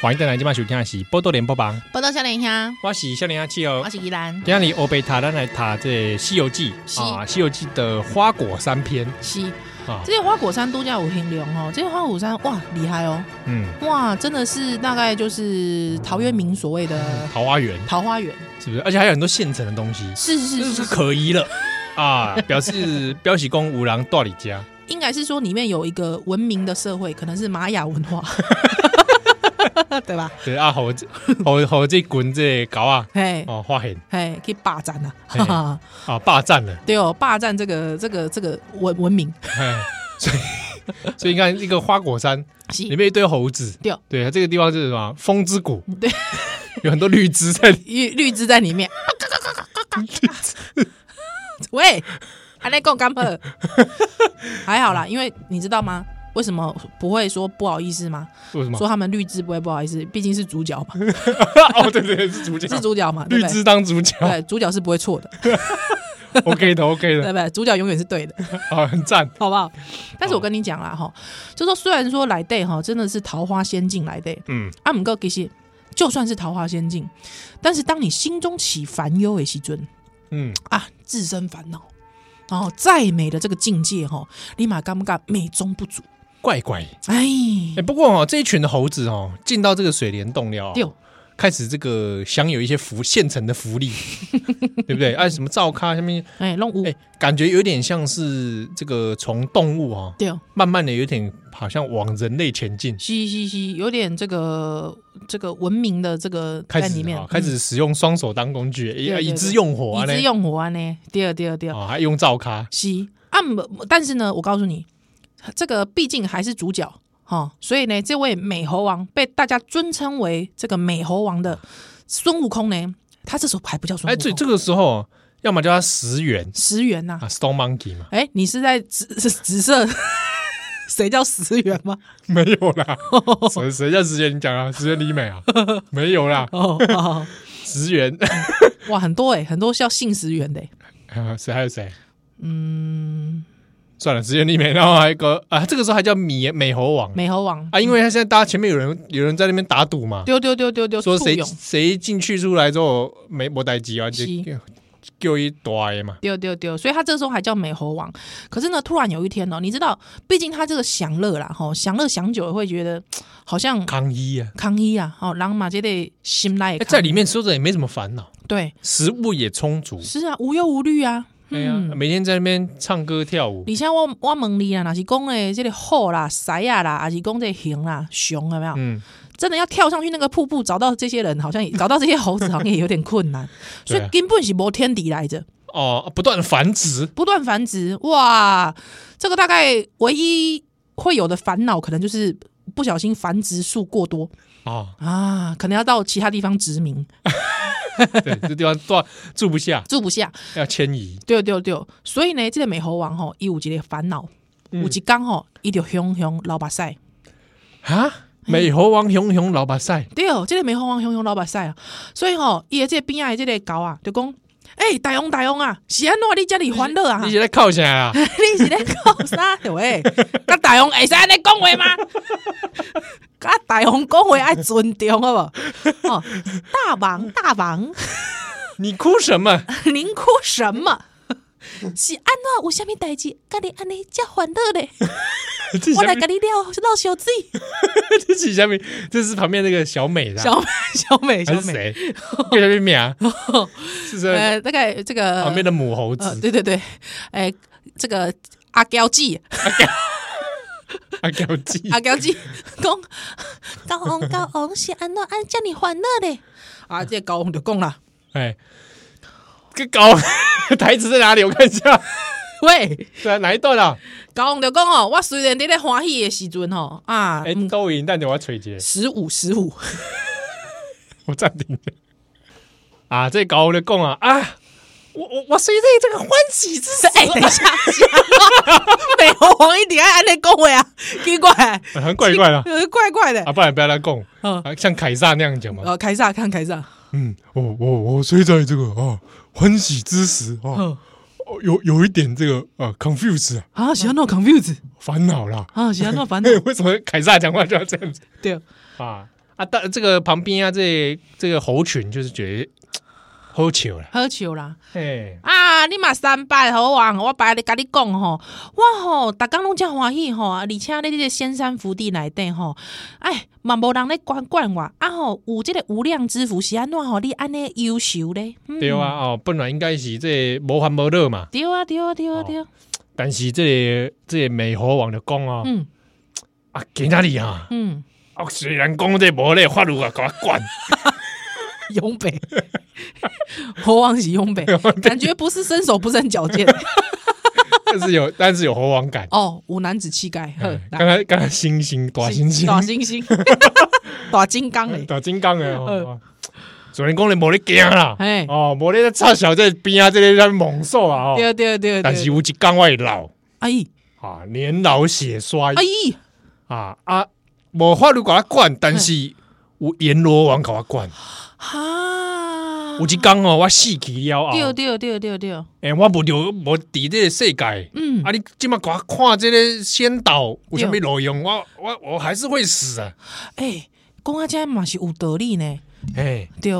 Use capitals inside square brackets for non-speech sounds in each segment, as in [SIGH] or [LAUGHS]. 欢迎再来今晚收听的是《波多连播榜》，报道小林兄，我是少年阿七哦我。是依兰，今天欧贝塔咱来塔这《西游记》是啊，《西游记》的花果三篇是啊，这些花果山度假五行龙哦，这些花果山哇厉害哦，嗯，哇真的是大概就是陶渊明所谓的桃花源桃花源，是不是？而且还有很多现成的东西，是这是是是，可疑了啊！表示 [LAUGHS] 标喜公五郎到你家，应该是说里面有一个文明的社会，可能是玛雅文化， [LAUGHS] 对吧？对 [LAUGHS] 啊，好这好好这滚这搞啊，嘿哦，花很嘿，可以霸占啊，嘿哈哈，啊，霸占了， [LAUGHS] 对哦，霸占这个这个这个文文明， [LAUGHS] 哎， [LAUGHS] 所以所以你看一个花果山是里面一堆猴子，对对，这个地方是什么？风之谷，对，有很多绿枝在里绿绿枝在里面。啊 [LAUGHS] 喂，还在讲干喝？还好啦，因为你知道吗？为什么不会说不好意思吗？做什么？说他们绿枝不会不好意思，毕竟是主角嘛， [LAUGHS] 哦，对对对，是主角，是主角 [LAUGHS] 嘛，对绿不对？枝当主角对，主角是不会错的， [LAUGHS] ，OK 的，OK 对 [LAUGHS] 的，不对？主角永远是对的，啊，很赞，好不好？但是我跟你讲啦，哈，就说虽然说来 day 哈真的是桃花仙境来 day，嗯，阿姆哥其实就算是桃花仙境，但是当你心中起烦忧的时尊，嗯，啊，自身烦恼。然后再美的这个境界哈、哦，立马干不干美中不足？怪怪。哎，哎，不过哦，这一群的猴子哦，进到这个水帘洞了哦，六开始这个享有一些福现成的福 [LAUGHS] 利，对不对？哎，什么照咖下面，哎弄五哎，感觉有点像是这个从动物啊、哦，六，慢慢的有点好像往人类前进，嘻嘻嘻，有点这个这个文明的这个开在始里面嗯啊、，开始使用双手当工具，哎对以对以之用火嗯啊以之嘞，用火安呢？第二第二第二，啊，还用照咖，是啊，不但是呢，我告诉你，这个毕竟还是主角哈、哦，所以呢，这位美猴王被大家尊称为这个美猴王的孙悟空呢，他这时候还不叫孙哎，悟空，这这个时候哦，要么叫他十元石原呐、啊，Stone Monkey 嘛，哎，你是在紫紫色？ [LAUGHS] 谁叫石原吗？ [LAUGHS] 没有 [LAUGHS] 啦，谁谁叫十元？你讲啊，十元里美啊，没有啦，哦，哦十元 [LAUGHS] 哇，很多哎、很多叫姓石原的、欸。啊，谁还有谁？嗯，算了，十元里美，然后还有一个啊，这个时候还叫米美猴王美猴王，啊，因为他现在大家前面有人有人在那边打赌嘛，丢丢丢丢丢，说谁簇拥谁进去出来之后没没代机啊，就是就就一大的嘛，丢丢丢，所以他这时候还叫美猴王。可是呢，突然有一天哦、你知道，毕竟他这个享乐啦，吼，享乐享久了会觉得好像抗议啊。康一啊，哦，狼马这类心赖哎，在里面说着也没什么烦恼，对，食物也充足，是啊，无忧无虑啊。对呀、每天在那边唱歌跳舞，而且我我问你啊，若是讲诶，这个虎啦、狮啊啦，还是讲这个熊啦、熊有没有？嗯，真的要跳上去那个瀑布，找到这些人，好像也找到这些猴子，好像也有点困难，[LAUGHS] 所对啊以根本是没天敌来着，哦，不断的繁殖，不断繁殖。哇，这个大概唯一会有的烦恼，可能就是不小心繁殖数过多哦，啊，可能要到其他地方殖民，对，这地方住住不下，住不下。要迁移，对对对，所以呢，这个美猴王吼，伊有一个烦恼，有一天吼，伊就熊熊老把赛。啊！美猴王熊熊老把赛，对哦，这个美猴王熊熊老板赛啊，所以吼、伊的这个边仔的这个狗啊，就讲，诶、大王大王啊，是安怎你遮里欢乐啊？你是在靠啥 [LAUGHS] 啊？你是咧讲啥的 [LAUGHS] 喂？甲大王会使安尼讲话吗？甲大王讲话爱尊重好无？哦，大王大 [LAUGHS] 王，你哭什么？您哭什么？是安怎有啥物代志？甲你安尼遮欢 [LAUGHS] 乐咧？这是我下来面甲你聊唠 [LAUGHS] 小嘴。这是下面，这是旁边那个小美的啊，小美小美还小是美，哦谁？ [LAUGHS] 又在那边啊？是在呃，大概这个旁边的母猴呃，子对对对，哎、这个阿 [LAUGHS] 娇记，阿娇鸡，阿娇记讲， [LAUGHS] 高红高红是安怎安叫你欢乐嘞？啊，这个高红就讲啦，哎，这搞 [LAUGHS] 台词在哪里？我看一下， [LAUGHS] 喂，在哪一段啊？高红就讲哦，我虽然伫咧欢喜的时阵吼啊，哎，都赢，但等我要垂结，十五十五，我暂停一下。啊，这搞我的供啊啊！我我我随着这个欢喜之这 [LAUGHS] 哎、等一下， [LAUGHS] 美猴王一定爱安尼讲话啊，奇怪，啊很怪怪的 [LAUGHS] 呃怪怪的啊，，不然不要来供嗯啊，像凯撒那样讲嘛。呃，凯撒看凯撒，嗯，我我我虽在这个啊欢喜之时啊，嗯哦有有一点这个啊 confuse 啊啊，是安怎 confuse，烦恼啦， [LAUGHS] 啊，是安怎烦恼哎，，为什么凯撒讲话就要这样子对，啊？啊，大这个旁边啊，这这个猴群就是觉得好笑了，喝球啦。嗯哎，啊，你嘛三拜猴王，我白咧甲你讲吼，我吼逐工拢正欢喜吼，而且咧即个仙山福地内底吼，哎，嘛无人咧管管我，啊吼，有即个无量之福是安怎吼，你安尼优秀咧？嗯对，啊，哦，本来应该是这无烦无乐嘛，对啊，对啊，对啊，对哦啊，但是这个这个美猴王就讲哦，嗯啊，今仔日啊，嗯，啊，虽然讲这无咧法律啊，给我管， [LAUGHS] 永北， [LAUGHS] 猴王是 [LAUGHS] 永北，感觉不是伸手不伸脚尖，但是有但是有猴王 [LAUGHS] 感。哦，无男子气概，呵哎，刚才刚才星星大星星大猩猩， [LAUGHS] 大金刚嘞，大金刚 [LAUGHS] 的嗯哦，主人公你无咧惊啦，哎哦，无咧插小这边啊，这些在猛兽啊，哦，对对对但是对，有一天我会老阿姨啊，年老血衰阿姨。啊啊，无法律甲我管，但是有阎罗王甲我管，哈，有一天哦，我死去了啊，对对对对对，诶，我无着无伫这个世界。嗯，啊！你即马给我看这个先导有啥物路用？我我我还是会死啊！哎，讲阿这嘛是有道理呢，哎、对，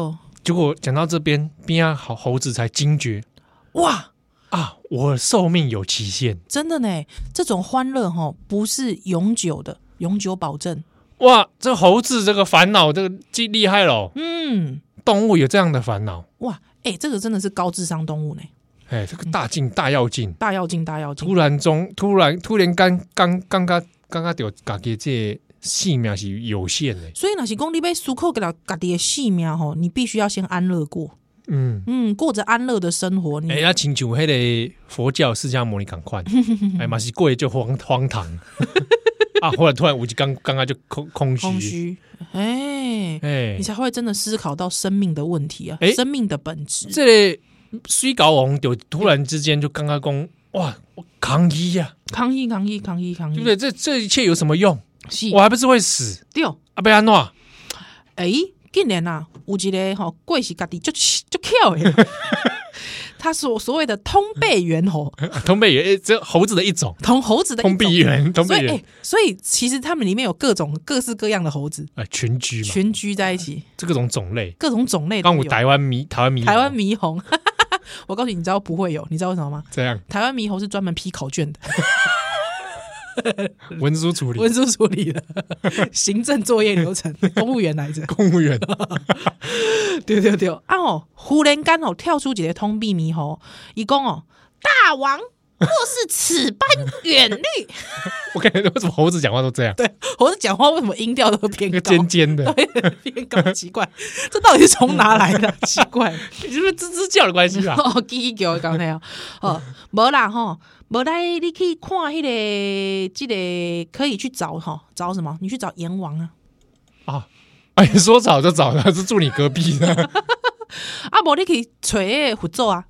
结果讲到这边，边啊猴猴子才惊觉哇，啊，我寿命有期限真的呢，这种欢乐哈不是永久的，永久保证，哇！这猴子这个烦恼，这个既厉害了哦，嗯，动物有这样的烦恼，哇，哎，这个真的是高智商动物呢，哎，这个大进大要进，大妖精大妖精突，然中突然突然刚刚刚刚刚刚就感觉这性命是有限的，所以那是讲你被舒克给了家己的性命吼，你必须要先安乐过，嗯。嗯，过着安乐的生活，哎，你那请求迄个佛教释迦牟尼赶 [LAUGHS] 快，哎，嘛是过得就荒荒 [LAUGHS] 唐啊！后来突然有一刚刚刚就空空虚，空虚，哎，哎你，才会真的思考到生命的问题啊哎，生命的本质，这个水高王就突然之间就刚刚讲，哇，我啊抗议呀、抗议抗议抗议抗对议不，对？这这一切有什么用？是我还不是会死对，啊！ [LAUGHS] 被安诺，哎、竟然啊，有一个吼、贵是家己就就巧诶， [LAUGHS] 他所所谓的通背猿猴，通背猿，诶这猴子的一种，同猴子的一种通臂猿，通所背以、猿哎，所以其实他们里面有各种各式各样的猴子啊，群居嘛，群居在一起，这各种种类，各种种类都刚我有。台湾迷，台湾迷，台湾猕猴， [LAUGHS] 我告诉你，你知道不会有，你知道为什么吗？这样台湾猕猴是专门批考卷的，嗯文书处理，呃文书处理的， [LAUGHS] 行政作业流程，公务员来着。公务员， [LAUGHS] [LAUGHS] 对对对，啊哦，忽然间哦跳出几个通臂猕猴，一共哦，大王若是此般远虑， [LAUGHS] 我感觉为什么猴子讲话都这样，对我是讲话为什么音调都偏那个高？尖尖 [LAUGHS] 的，偏高奇怪，这到底是从哪来的？奇怪， [LAUGHS] 是不是吱吱叫的关系啊？哦，记给我刚才哦，哦，没啦吼，没来，你可以看迄、个，这个可以去找哈，找什么？你去找阎王啊，啊， [LAUGHS] 哎，说找就找的，是住你隔壁 [LAUGHS] 的啊，无你可以找那个佛祖啊，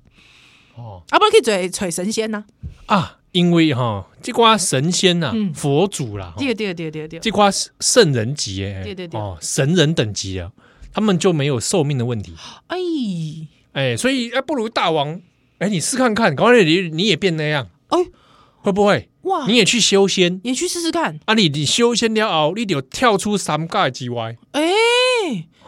哦啊，不你可以找找神仙呐、啊，因为哈，这瓜神仙呐嗯，佛祖啦，对对对对对，这块圣人级哎，对对对哦，神人等级啊，他们就没有寿命的问题，哎，哎，所以哎，不如大王，哎，你试看看，搞不好你你也变那样，哎，会不会？哇你，也去修仙也去试试看。啊？你你修仙了后，你就跳出三界之外，哎、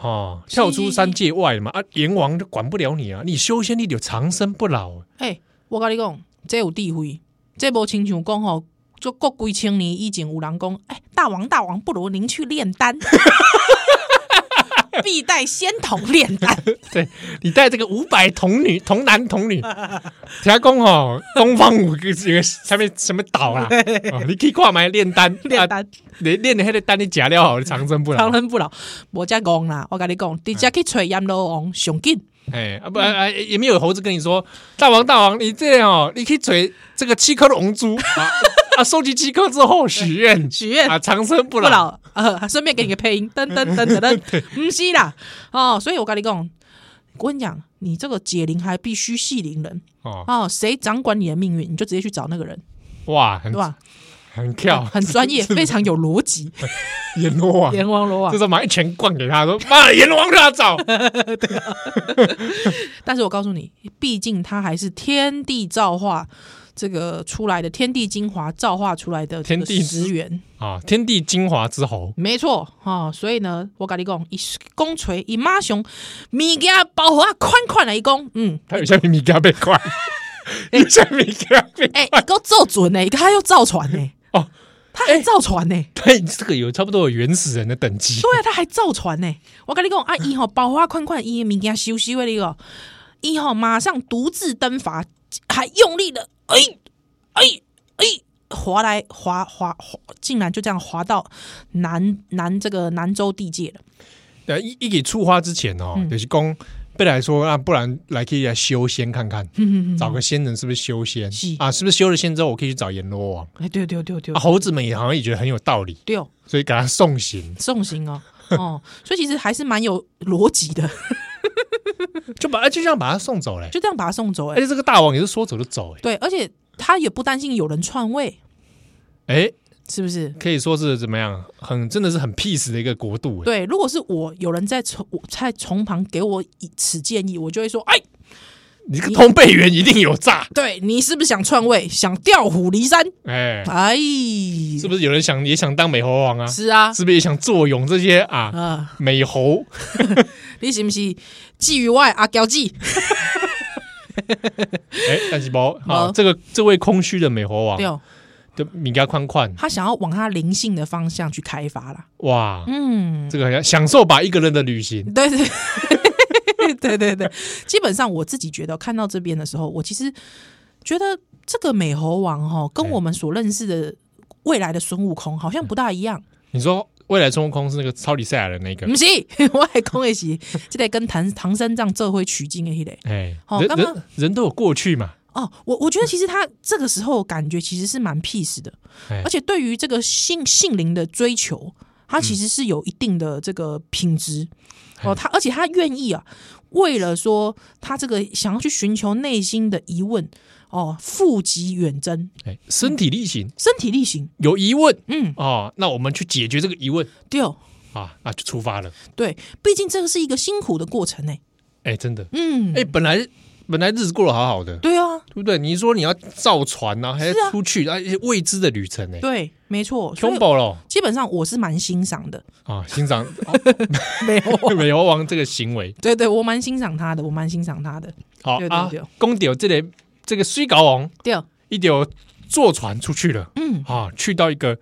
哦，跳出三界外嘛，啊，阎王就管不了你啊，你修仙你就长生不老，哎、我跟你讲，这有智慧，这无亲像讲吼，就过几千年以前有人讲，哎、大王大王，不如您去炼丹， [LAUGHS] 必带仙童炼丹，对你带这个五百童女、 [LAUGHS] 童男童女，听讲哦，东方五个这个什么什么岛 [LAUGHS] 啦，哦、你可以挂埋炼丹，炼丹啊，你炼的那个丹你假料好，你长生不长老。生不老。无遮戆啦，我跟你讲，直接去找阎罗王上紧，哎，啊不啊，啊也没有猴子跟你说，大王大王，你这样哦，你可以锤这个七颗龙珠啊啊，收集七颗之后许愿许愿啊，长生不不老。老。呃，顺便给你个配音，噔噔噔 [LAUGHS] 噔噔，不是啦，哦，所以我跟你讲，我跟你讲，你这个解铃还必须系铃人哦，哦，谁掌管你的命运，你就直接去找那个人，哇，很对吧？很跳，很 [LAUGHS] 专业，非常有逻辑。阎罗王， [LAUGHS] 阎王罗网这时。候马上一拳灌给他，说妈的，阎罗王给他找。但是我告诉你，毕竟他还是天地造化这个出来的天地精华造化出来的这天个地之石原，啊，天地精华之猴，没错啊、哦所以呢，我跟你讲，一公锤一马熊，物件包袱啊宽宽来讲，嗯，他有下面米加被快，有下面米加被哎、欸，够造准呢、欸，他又造船呢、哦，他还造船呢、他这个有差不多有原始人的等 [LAUGHS] 级，对啊，他还造船呢、我跟你讲，啊，伊吼包花款款，伊的物件收收的你哦，伊吼马上独自登筏，还用力的，哎哎哎，划来划划划，竟然就这样划到南南这个南州地界了。对，呃一一给出发之前嗯哦，就是公被来说，啊那不然来可以来修仙看看，找个仙人是不是修仙是啊？是不是修了仙之后，我可以去找阎罗王？哎，对对对对啊，猴子们也好像也觉得很有道理，对哦，所以给他送行，送行哦。哦，所以其实还是蛮有逻辑的，就把就这样把他送走了。就这样把他送走哎、而且这个大王也是说走就走，对，而且他也不担心有人篡位，哎，哎，是不是？可以说是怎么样，很真的是很 peace 的一个国度。哎，对，如果是我有人在从我在从旁给我以此建议，我就会说：“哎，你这个通背员一定有诈，对你是不是想篡位，想调虎离山？哎，哎，是不是有人想也想当美猴王啊？是啊，是不是也想坐拥这些啊啊，美猴？你是不是觊觎我的阿娇姬？哎，但是 [LAUGHS] 包啊无，这个这位空虚的美猴王对，哦，就米加宽宽，他想要往他灵性的方向去开发啦。哇，嗯，这个好像享受把一个人的旅行，对对。”对 [LAUGHS] 对对，基本上我自己觉得看到这边的时候，我其实觉得这个美猴王哈、哦，跟哎我们所认识的未来的孙悟空好像不大一样。你说未来孙悟空是那个超级赛亚人那个不？是， [LAUGHS] 我还讲的是，这个跟唐唐三藏这回取经的迄、那个。哎，好人哦刚刚人人都有过去嘛，哦，我我觉得其实他这个时候感觉其实是蛮 peace 的，哎而且对于这个性性灵的追求，他其实是有一定的这个品质。哦，他而且他愿意啊，为了说他这个想要去寻求内心的疑问，哦，复极远征，哎，身体力行，身体力行，有疑问嗯，哦，那我们去解决这个疑问对哦，啊，那就出发了。对，毕竟这个是一个辛苦的过程呢、哎，真的，嗯，哎，本来本来日子过得好好的，对啊，对不对？你说你要造船啊，还要是啊出去，啊，一些未知的旅程，哎，对，啊没错，所以穷饱了基本上我是蛮欣赏的，啊，欣赏 [LAUGHS] 没 [LAUGHS] 有，美猴王这个行为。对对，我蛮欣赏他的，我蛮欣赏他的。好对对啊对，公屌这里这个水高王对，一屌坐船出去了嗯，啊，去到一个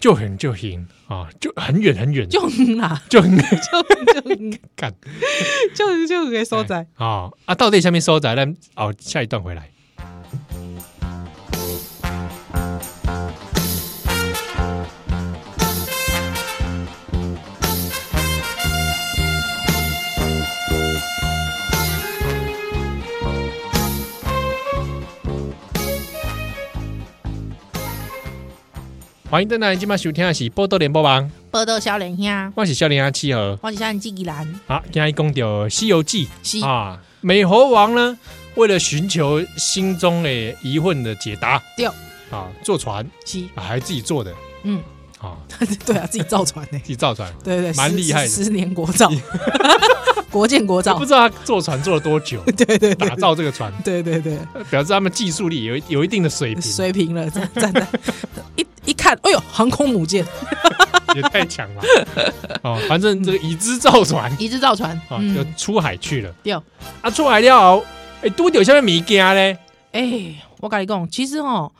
就很就行啊，就很远很远，就 [LAUGHS] 啦，就很就就干 [LAUGHS] 就就给收窄。啊啊！到底下面收窄，咱哦下一段回来。欢迎登来，今晚收听的是《波多联播网》，报道小人兄，我是少年阿七和我是像纪吉兰，啊，今天讲到《西游记》。是啊，美猴王呢，为了寻求心中的疑问的解答，对啊，坐船是， [LAUGHS] 啊，还自己做的嗯，哦啊，对啊，自己造船呢，自己造船， [LAUGHS] 对对，蛮十厉害的十十年国 [LAUGHS] 造，国建国造不，知道他坐船做了多久， [LAUGHS] 对对打对造这个船，对对对，表示他们技术力有一有一定的水平，水平了，站站 [LAUGHS] 在一一看，哎呦，航空母舰，也太强了。哦，反正这个已知造船一只造船，啊，就嗯，出海去了。对啊，出海了后，哎，多久下面米家嘞？哎、我跟你讲，其实哈，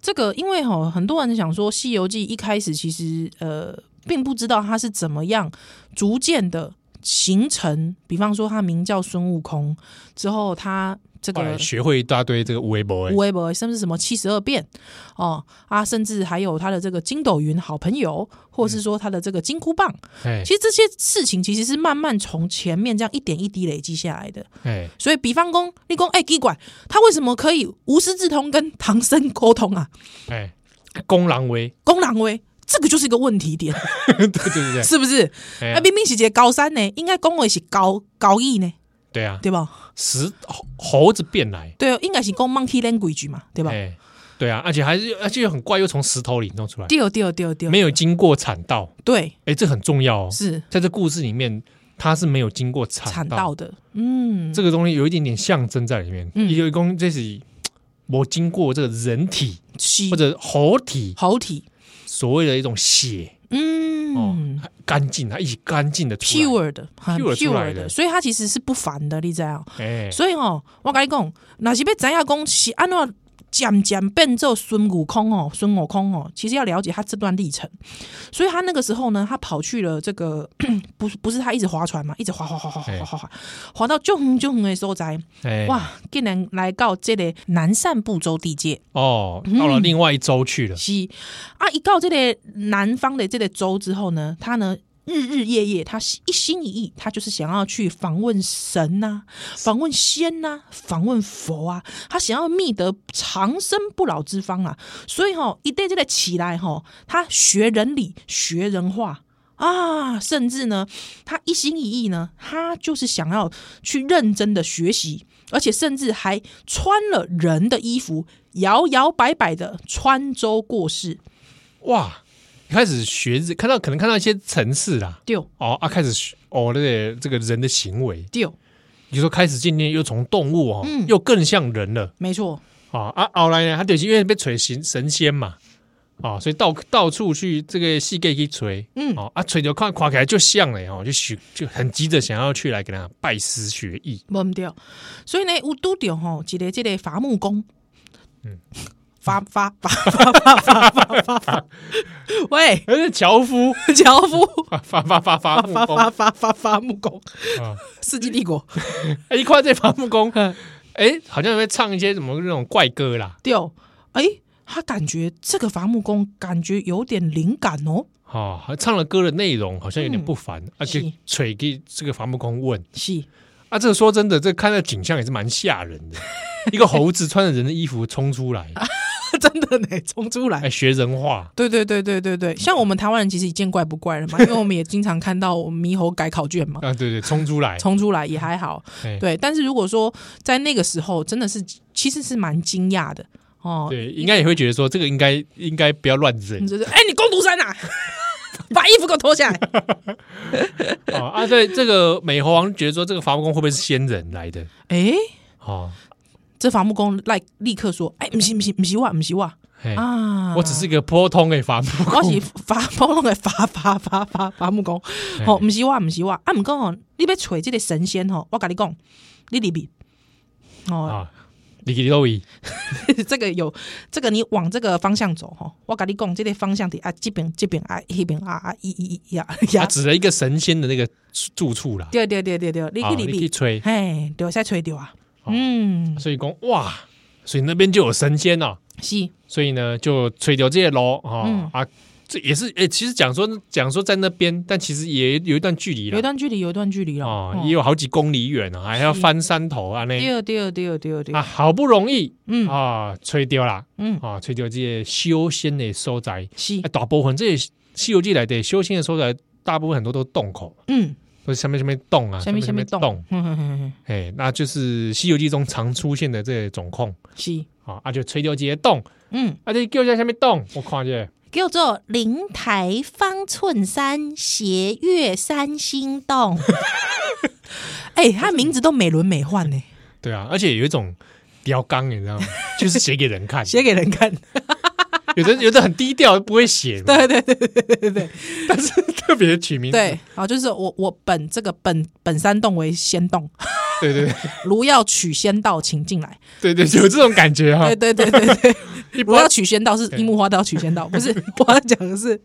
这个因为哈，很多人想说《西游记》一开始其实呃，并不知道它是怎么样逐渐的形成。比方说，他名叫孙悟空之后，他这后来个学会一大堆这个微博，无为博，甚至什么七十二变哦啊，甚至还有他的这个筋斗云好朋友，嗯或者是说他的这个金箍棒。哎其实这些事情其实是慢慢从前面这样一点一滴累积下来的。哎，所以，比方公，立功，哎、给管他为什么可以无师自通跟唐僧沟通啊？哎，公狼威，公狼威，这个就是一个问题点，对对对对是不是？哎啊，呀，明明是一个高三呢，应该恭维是高高义呢，对啊，对吧？石猴猴子变来。对哦，应该是讲 monkey language 嘛，对吧？哎，对啊，而且还是而且又很怪，又从石头里弄出来，对啊哦对对对，没有经过铲道，对哎，这很重要哦。是在这故事里面，它是没有经过铲惨道，到的，嗯，这个东西有一点点象征在里面。嗯也有一公这是没经过这个人体吸或者猴体猴体，所谓的一种血哦嗯，干净，它一起干净的出来。 ，pure 的，很 pure 出来 pure 的的，所以它其实是不凡的，你知道？哎，所以哦，我跟你讲，若是要知影讲是安怎渐渐变做孙悟空哦，孙悟空哦，其实要了解他这段历程。所以他那个时候呢，他跑去了这个，不是不是他一直划船嘛，一直划划划划划划划划，划到就很就很的所在，哎，哇，竟然来到这个南赡部洲地界。哦，到嗯了另外一周去了，是啊，一到这个南方的这个州之后呢，他呢日日夜夜，他一心一意，他就是想要去访问神呐、访问仙呐、访问佛啊，他想要觅得长生不老之方啊。所以吼、一对这个起来吼、他学人理，学人话。啊，甚至呢，他一心一意呢，他就是想要去认真的学习，而且甚至还穿了人的衣服，摇摇摆摆的穿州过市。哇，开始学日看到可能看到一些层次啦，丢哦啊，开始学哦那个这个人的行为，丢，你说开始渐渐又从动物哦，嗯又更像人了。没错，哦啊，后来呢，他就是因为被锤神神仙嘛，哦，所以到到处去这个戏给去锤，嗯哦啊，锤就看垮起来就像了哦，就许就很急着想要去来给他拜师学艺，忘不掉。所以呢，有拄着吼，一个这个伐木工，嗯嗯，伐伐伐伐伐伐伐 [LAUGHS] 伐伐，喂，而是哎樵夫樵夫发发发发伐木伐工伐伐伐伐木工，啊，世纪帝国哎一块这伐木 [LAUGHS] 工，嗯哎，好像会唱一些什么那种怪歌啦，丢，哎、他感觉这个伐木工感觉有点灵感哦，哦，唱了歌的内容好像有点嗯不凡，啊而是且锤给这个伐木工问是，啊，这个说真的，这看到景象也是蛮吓人 [LAUGHS] 的，一个猴子穿着人的衣服冲出来，真的呢，冲出来哎，。学人话。对对对对对对，像我们台湾人其实已见怪不怪了嘛，因为我们也经常看到我们猕猴改考卷嘛，啊，对对，冲出来，冲出来也还好。哎对，但是如果说在那个时候，真的是其实是蛮惊讶的哦。对，应该也会觉得说这个应该应该不要乱扔你就是哎，你攻读生呐、把衣服给我脱下来。嗯哦啊。对，这个美猴王觉得说这个伐木工会不会是仙人来的？哎，哦，这伐木工来立刻说，哎，不行不行不行哇不行哇嘿，啊！我只是一个普通的伐木我是工，伐普通的伐伐伐伐伐木工，吼、毋是我，毋是我，啊，毋过吼，你要找即个神仙吼，我甲你讲，你入去，哦，啊，你给肉伊这个有这个你往这个方向走吼，我甲你讲，即、个方向伫啊，即边即边啊，迄边啊啊，伊伊伊呀他呀，啊指了一个神仙的那个住处啦，对对对对对，你啊，去你入可以去，吹，嘿，对，使找着啊，哦嗯，所以讲哇，所以那边就有神仙哦，是，所以呢就吹掉这些楼嗯啊啊，这也是诶，其实讲说讲说在那边，但其实也有一段距离有一了。段距离，有一段距离了，哦哦，，也有好几公里远啊，还要是翻山头啊，那对对对对对啊，，好不容易嗯啊，吹掉啦，嗯，啊，吹掉这些修仙的所在，是啊，，大部分这些《西游记》来的修仙的所在，大部分很多都是洞口，嗯，都是下面下面洞啊，下面下面什么什么动，，嗯嗯嗯哎，那就是《西游记》中常出现的这种控是，啊，啊就吹掉这些洞，嗯。啊就叫在下面洞，我看见叫做灵台方寸山斜月三星洞。 [LAUGHS] 哎、他名字都美轮美奂呢，对啊，而且有一种雕缸，你知 [LAUGHS] 道吗？就是写给人看，写给人看。 [LAUGHS] 有的有的很低调，不会写，对对对对对对对但是特别取名字，对，好，就是我我本这个本本山洞为仙洞，对对对如要取仙道，请进来。对对，有这种感觉哈对，对对对 [LAUGHS] 对，一如般要取仙道是樱木花道取仙道，不 [LAUGHS] 是我要讲的是，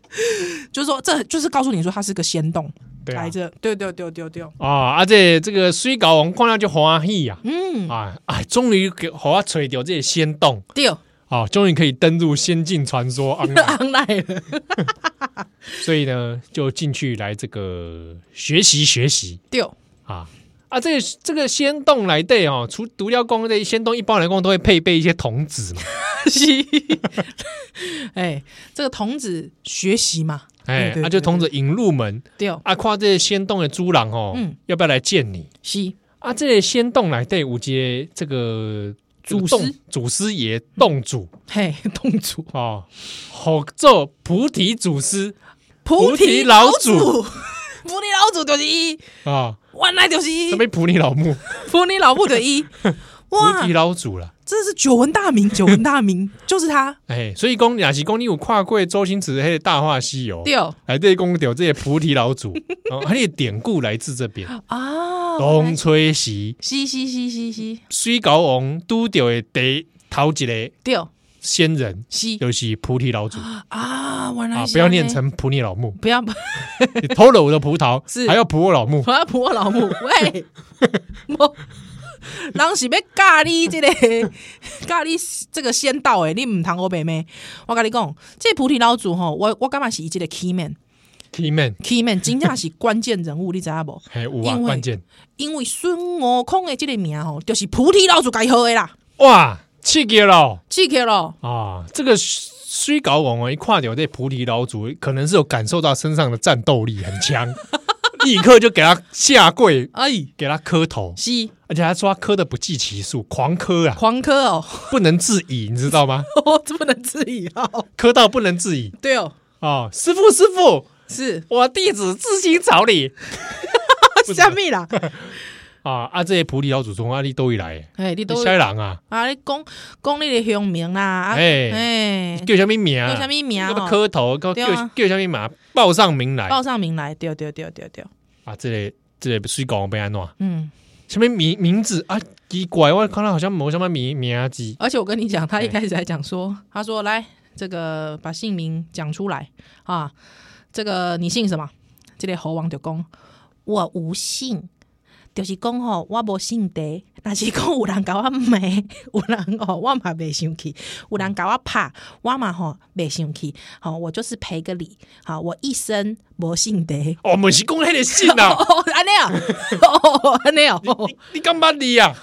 就是说这就是告诉你说它是个仙洞对啊来。着。对对对对对，啊，啊，这这个水搞王看了就欢喜呀、嗯，啊！啊，终于给给我吹掉这些仙洞对，啊，终于可以登入仙境传 [LAUGHS] 说 online，昂赖了。所以呢，就进去来这个学习学习对，啊啊！这个这个仙洞来对哦，除独雕宫这些仙洞，一般来讲都会配备一些童子嘛，习。 [LAUGHS] 哎，这个童子学习嘛，哎， [LAUGHS] 对对啊，就对童子引入门对，啊，看这些仙洞的猪郎哦，嗯要不要来见你是啊？这些仙洞来对五阶这个这个祖洞师祖师爷洞主。嘿，洞主哦，好做菩提祖师菩提提老老祖祖，菩提老祖就是一，啊，原来就是什 [LAUGHS] 一么菩提老木菩提老母就是一。哇菩提，老祖啦。真的是久闻大名，久闻大名，就是他。哎，所以讲，也是讲你有跨过周星驰迄个《大话西游》，对哦哎，对，讲到这些菩提老祖，哦，他的典故来自这边。 [LAUGHS] 啊，东吹西，嘻嘻嘻嘻嘻，水高王拄到的第头一个对仙人，西就是菩提老祖啊，原来啊是！不要安尼念成菩提老木，不要不你偷了我的葡萄， [LAUGHS] 是还要补我老木。要婆老母，喂，我人是要教你这个 [LAUGHS] 教你这个仙道诶，你唔通我白咩？我跟你讲，这菩提老祖吼，我我感觉是伊这个 key man，key Key man， man 真正是关键人物，你知影无？哎，有啊，因为关键因为孙悟空的这个名吼，就是菩提老祖改好的啦，哇，刺激了刺激咯，啊！这个水高王哦，一跨掉这菩提老祖，可能是有感受到身上的战斗力很 [LAUGHS] 强，立刻就给他下跪，哎，给他磕头，是而且他说他磕的不计其数，狂磕啊，狂科哦， [LAUGHS] 不能自已，你知道吗？我这不能自已哦，磕到不能自已。对哦，哦，师傅师傅，是我弟子自行找你 [LAUGHS] 虾米啦？啊！啊，这些菩提老祖宗啊，你都会来，哎，你你都啥人啊？啊，你讲讲你的乡名啦，啊哎哎，叫什么名啊？叫什么名啊要不磕头，叫对叫啊叫什么名？报上名来报上名来，对对对对对，啊！这里这里水狗被安怎？嗯，什么名名字啊？奇怪，我看到好像没什么名名字。而且我跟你讲，他一开始还讲说，他说来这个把姓名讲出来啊，这个你姓什么？这个猴王就讲我无姓，就是讲吼我无姓的，但是讲有人搞我骂，有人哦我嘛袂生气，有人搞我怕，我嘛吼袂生气，好我就是赔个礼，好我一生无姓的。哦，不是讲那个姓 [LAUGHS] 啊，哦，安尼啊，哦，安尼啊，哦你你干嘛你啊？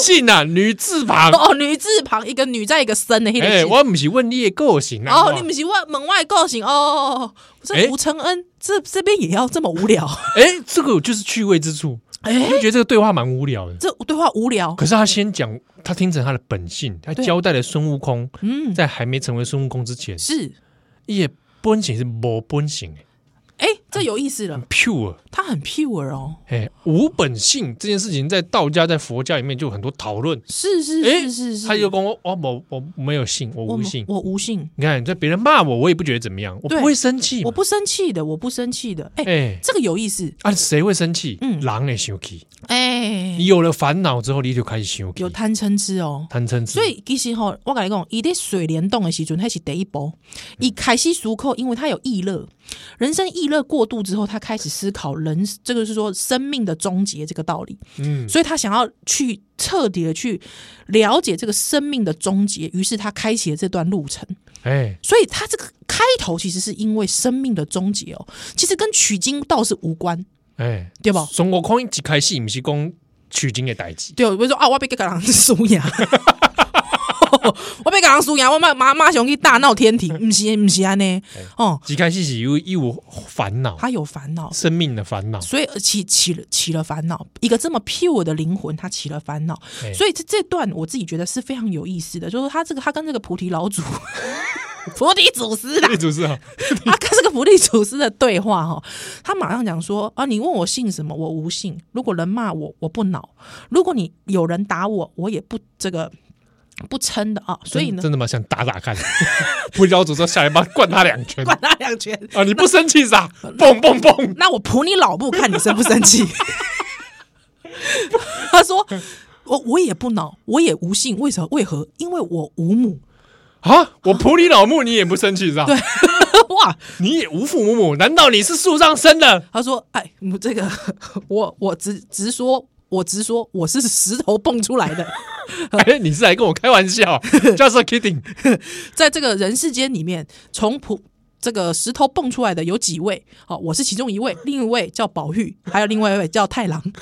姓啊，女字旁。哦，女字旁一个女在一个生的，迄哎，个我不是问你的个性啊。哦，你们是问门外个性哦，哎这吴承恩这这边也要这么无 [LAUGHS] 聊？哎，这个就是趣味之处。哎我，就觉得这个对话蛮无聊的。这对话无聊，可是他先讲，他听成他的本性，他对交代了孙悟空嗯，在还没成为孙悟空之前，是，也本性是无本性的哎，这有意思了， ，pure，他很 pure 哦，哎，无本性这件事情在道家、在佛家里面就有很多讨论。是是哎是是是，他就跟我，我我我没有性，我我无性。我无性，你看，在别人骂我，我也不觉得怎么样，我对不会生气我嘛。不生气的，我不生气的，哎，哎，这个有意思，啊，谁会生气？嗯狼也生气。哎你，有了烦恼之后，你就开始生气有，贪嗔痴哦，贪嗔痴。所以其实吼，我跟你讲，伊在水帘洞的时阵，那是第一步。伊开始思考，因为他有意乐，人生意乐过度之后，他开始思考人，这个是说生命的终结这个道理。嗯，所以他想要去彻底的去了解这个生命的终结，于是他开启了这段路程。哎，所以他这个开头其实是因为生命的终结哦，其实跟取经倒是无关，哎，对吧？孙悟空一开始不是讲取经的代志。对，我就说啊，我被个人输赢， [LAUGHS] 我被个人输赢，我妈妈妈想去大闹天庭，不是不是安尼哦，一开始是有有烦恼，他有烦恼，生命的烦恼。所以起起了起了烦恼，一个这么 pure 的灵魂，他起了烦恼，哎所以这这段我自己觉得是非常有意思的，就是他这个他跟这个菩提老祖。 [LAUGHS] 菩提祖师啊啦，对，主持人， [LAUGHS] 他啊跟这个菩提祖师的对话哈，他马上讲说啊，你问我姓什么，我无姓。如果人骂我，我不恼；如果你有人打我，我也不这个不嗔的啊。所以呢真，真的蛮想打打看。 [LAUGHS] 不教主说下来吧，灌他两拳管他两拳，啊！你不生气是 [LAUGHS] 吧？蹦蹦蹦，那我扑你老母，看你生不生气。 [LAUGHS] 他说。我我也不恼，我也无姓，为什么？为何？因为我无母。 [LAUGHS] 啊！我普你老母，你也不生气是吧？对，哇，你也无父无母，难道你是树上生 [LAUGHS] 的？他说：“哎，嗯这个我我直直说，我直说我是石头蹦出来的。”哎，你是来跟我开玩 [LAUGHS] 笑啊？Just kidding！在这个人世间里面，从普这个石头蹦出来的有几位？好、我是其中一位，另一位叫宝玉，还有另外一位叫太郎。 [LAUGHS]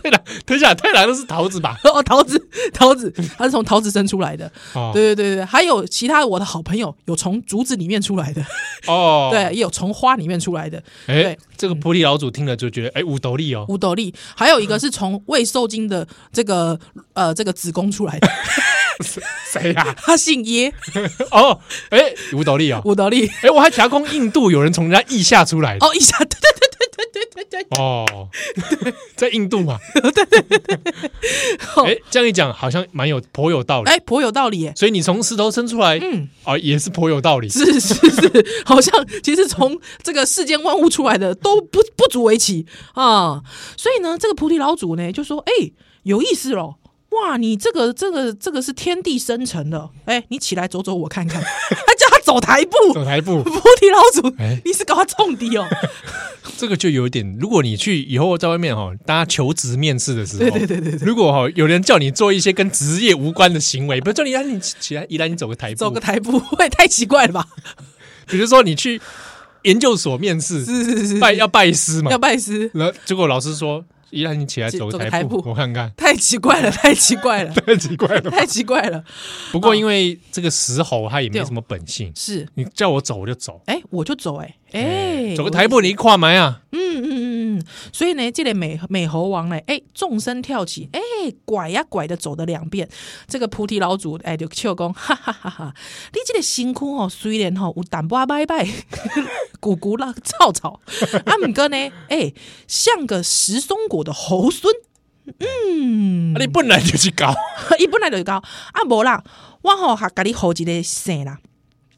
对了，等一下，太郎的是桃子吧？哦，桃子，桃子，他是从桃子生出来的。哦对对对对，还有其他我的好朋友，有从竹子里面出来的，哦，对，，也有从花里面出来的哎对，这个菩提老祖听了就觉得，哎，五斗笠哦，五斗笠，还有一个是从未受精的这个呃这个子宫出来的， [LAUGHS] 谁呀？他姓耶，哦，哎，五斗笠哦，五斗笠。哎，我还调控印度有人从人家腋下出来的。哦，一下，对对对对对对对对，哦，在印度 [LAUGHS] 嘛， [LAUGHS] 哎，这样一讲好像蛮有颇有道理。哎，颇有道理耶。所以你从石头生出来，嗯，啊，也是颇有道理。是是是，好像其实从这个世间万物出来的都不不足为奇啊。所以呢，这个菩提老祖呢就说：“哎、有意思咯。哇，你这个这个这个是天地生成的，哎、你起来走走我看看。” [LAUGHS] 还叫他走台步，走台 [LAUGHS] 步，菩提老祖，哎你是搞他中敌哦？这个就有点，如果你去以后在外面哈，大家求职面试的时候，对对对对，如果哈有人叫你做一些跟职业无关的行为，不是叫你让你起起来，依然你走个台步，走个台步，也太奇怪了吧？ [LAUGHS] 比如说你去研究所面试，是是是，拜要拜师嘛要，拜师，然后结果老师说，依然你起来起走走个个台台步，步我看看， [LAUGHS] 太奇怪了，太奇怪了， [LAUGHS] 太奇怪了。太奇怪了。不过因为这个石猴它也没什么本性，是，你叫我走我就走，哎、我就走、哎、哎，走个台步你一跨埋啊，嗯嗯嗯嗯，所以呢，这类美美猴王呢，哎，纵身跳起，哎，拐呀拐的走的两遍。这个菩提老祖，哎，就笑讲，哈哈哈哈！你这个辛苦哦，虽然吼、有淡薄拜拜，鼓鼓啦，草草，啊，唔过呢，哎，像个石松果的猴孙，嗯啊，你本来就去搞伊本来就是讲，啊，无啦，我吼还甲你猴一个姓啦。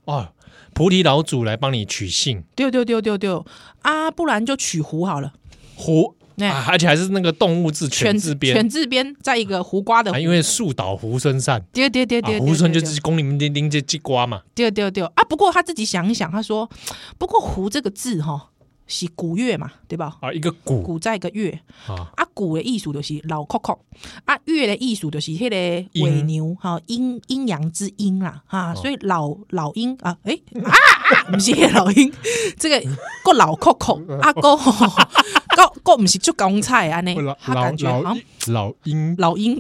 哦，菩提老祖来帮你取姓。对对对对对，啊，不然就取胡好了，胡，哎啊而且还是那个动物字犬字边犬，字边，再一个胡瓜的啊，胡，因为树倒猢狲散，对对对啊，对，对猢狲就对是宫里面拎拎这鸡瓜嘛，对对对啊！不过他自己想一想，他说：“不过‘胡’这个字哈、是古乐嘛，对吧？啊，一个鼓古在一个乐啊，啊，古的艺术就是老 coco 啊，乐的艺术就是迄个尾牛哈，阴阴阳之阴啦啊，哦所以老老鹰啊，诶啊啊，不是那个老鹰，这个个老 coco 啊个个个不是就讲菜啊 [LAUGHS] 呢，老他老感觉好老像老鹰老鹰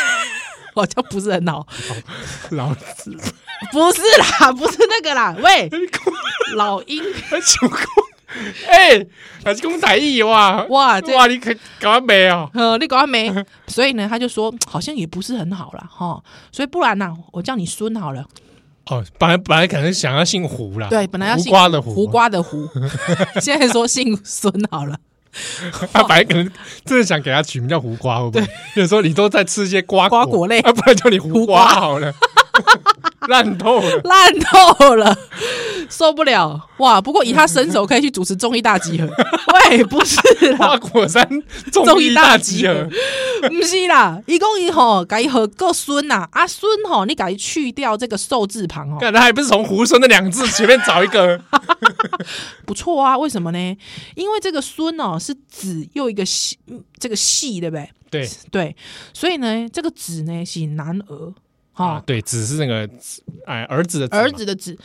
[LAUGHS] 好像不是很好，老，不是啦，不是那个啦，喂，老鹰。”还九公，哎，还是公台语哇哇这哇，你可搞没啊？ [LAUGHS] 呃，你 [LAUGHS] 搞没？所以呢，他就说嗯好像也不是很好啦，哈。所以不然呢、啊我叫你孙好了。哦，本来本来可能想要姓胡啦，对，本来要姓胡瓜的胡，胡，瓜的胡， [LAUGHS] 现在说姓孙好了。 [LAUGHS] 他本来可能真的想给他取名叫胡瓜，会不会？有时候你都在吃一些瓜瓜果类啊，不然叫你胡胡瓜瓜好了， [LAUGHS] 烂透了。烂透了，受不了哇！不过以他身手可以去主持综艺大 [LAUGHS] 集合，喂，不是啦花，果山综艺大集合， [LAUGHS] 不是啦，一共一吼，改和个孙呐，啊孙吼，你改去掉这个寿字旁哦，看他还不是从猢狲那两字随便找一 [LAUGHS] 个不错啊，为什么呢？因为这个孙哦是子又一个系，嗯这个系对不对？对对，所以呢，这个子呢是男儿啊哈，，对，只是那个哎儿子的嘛儿子的子。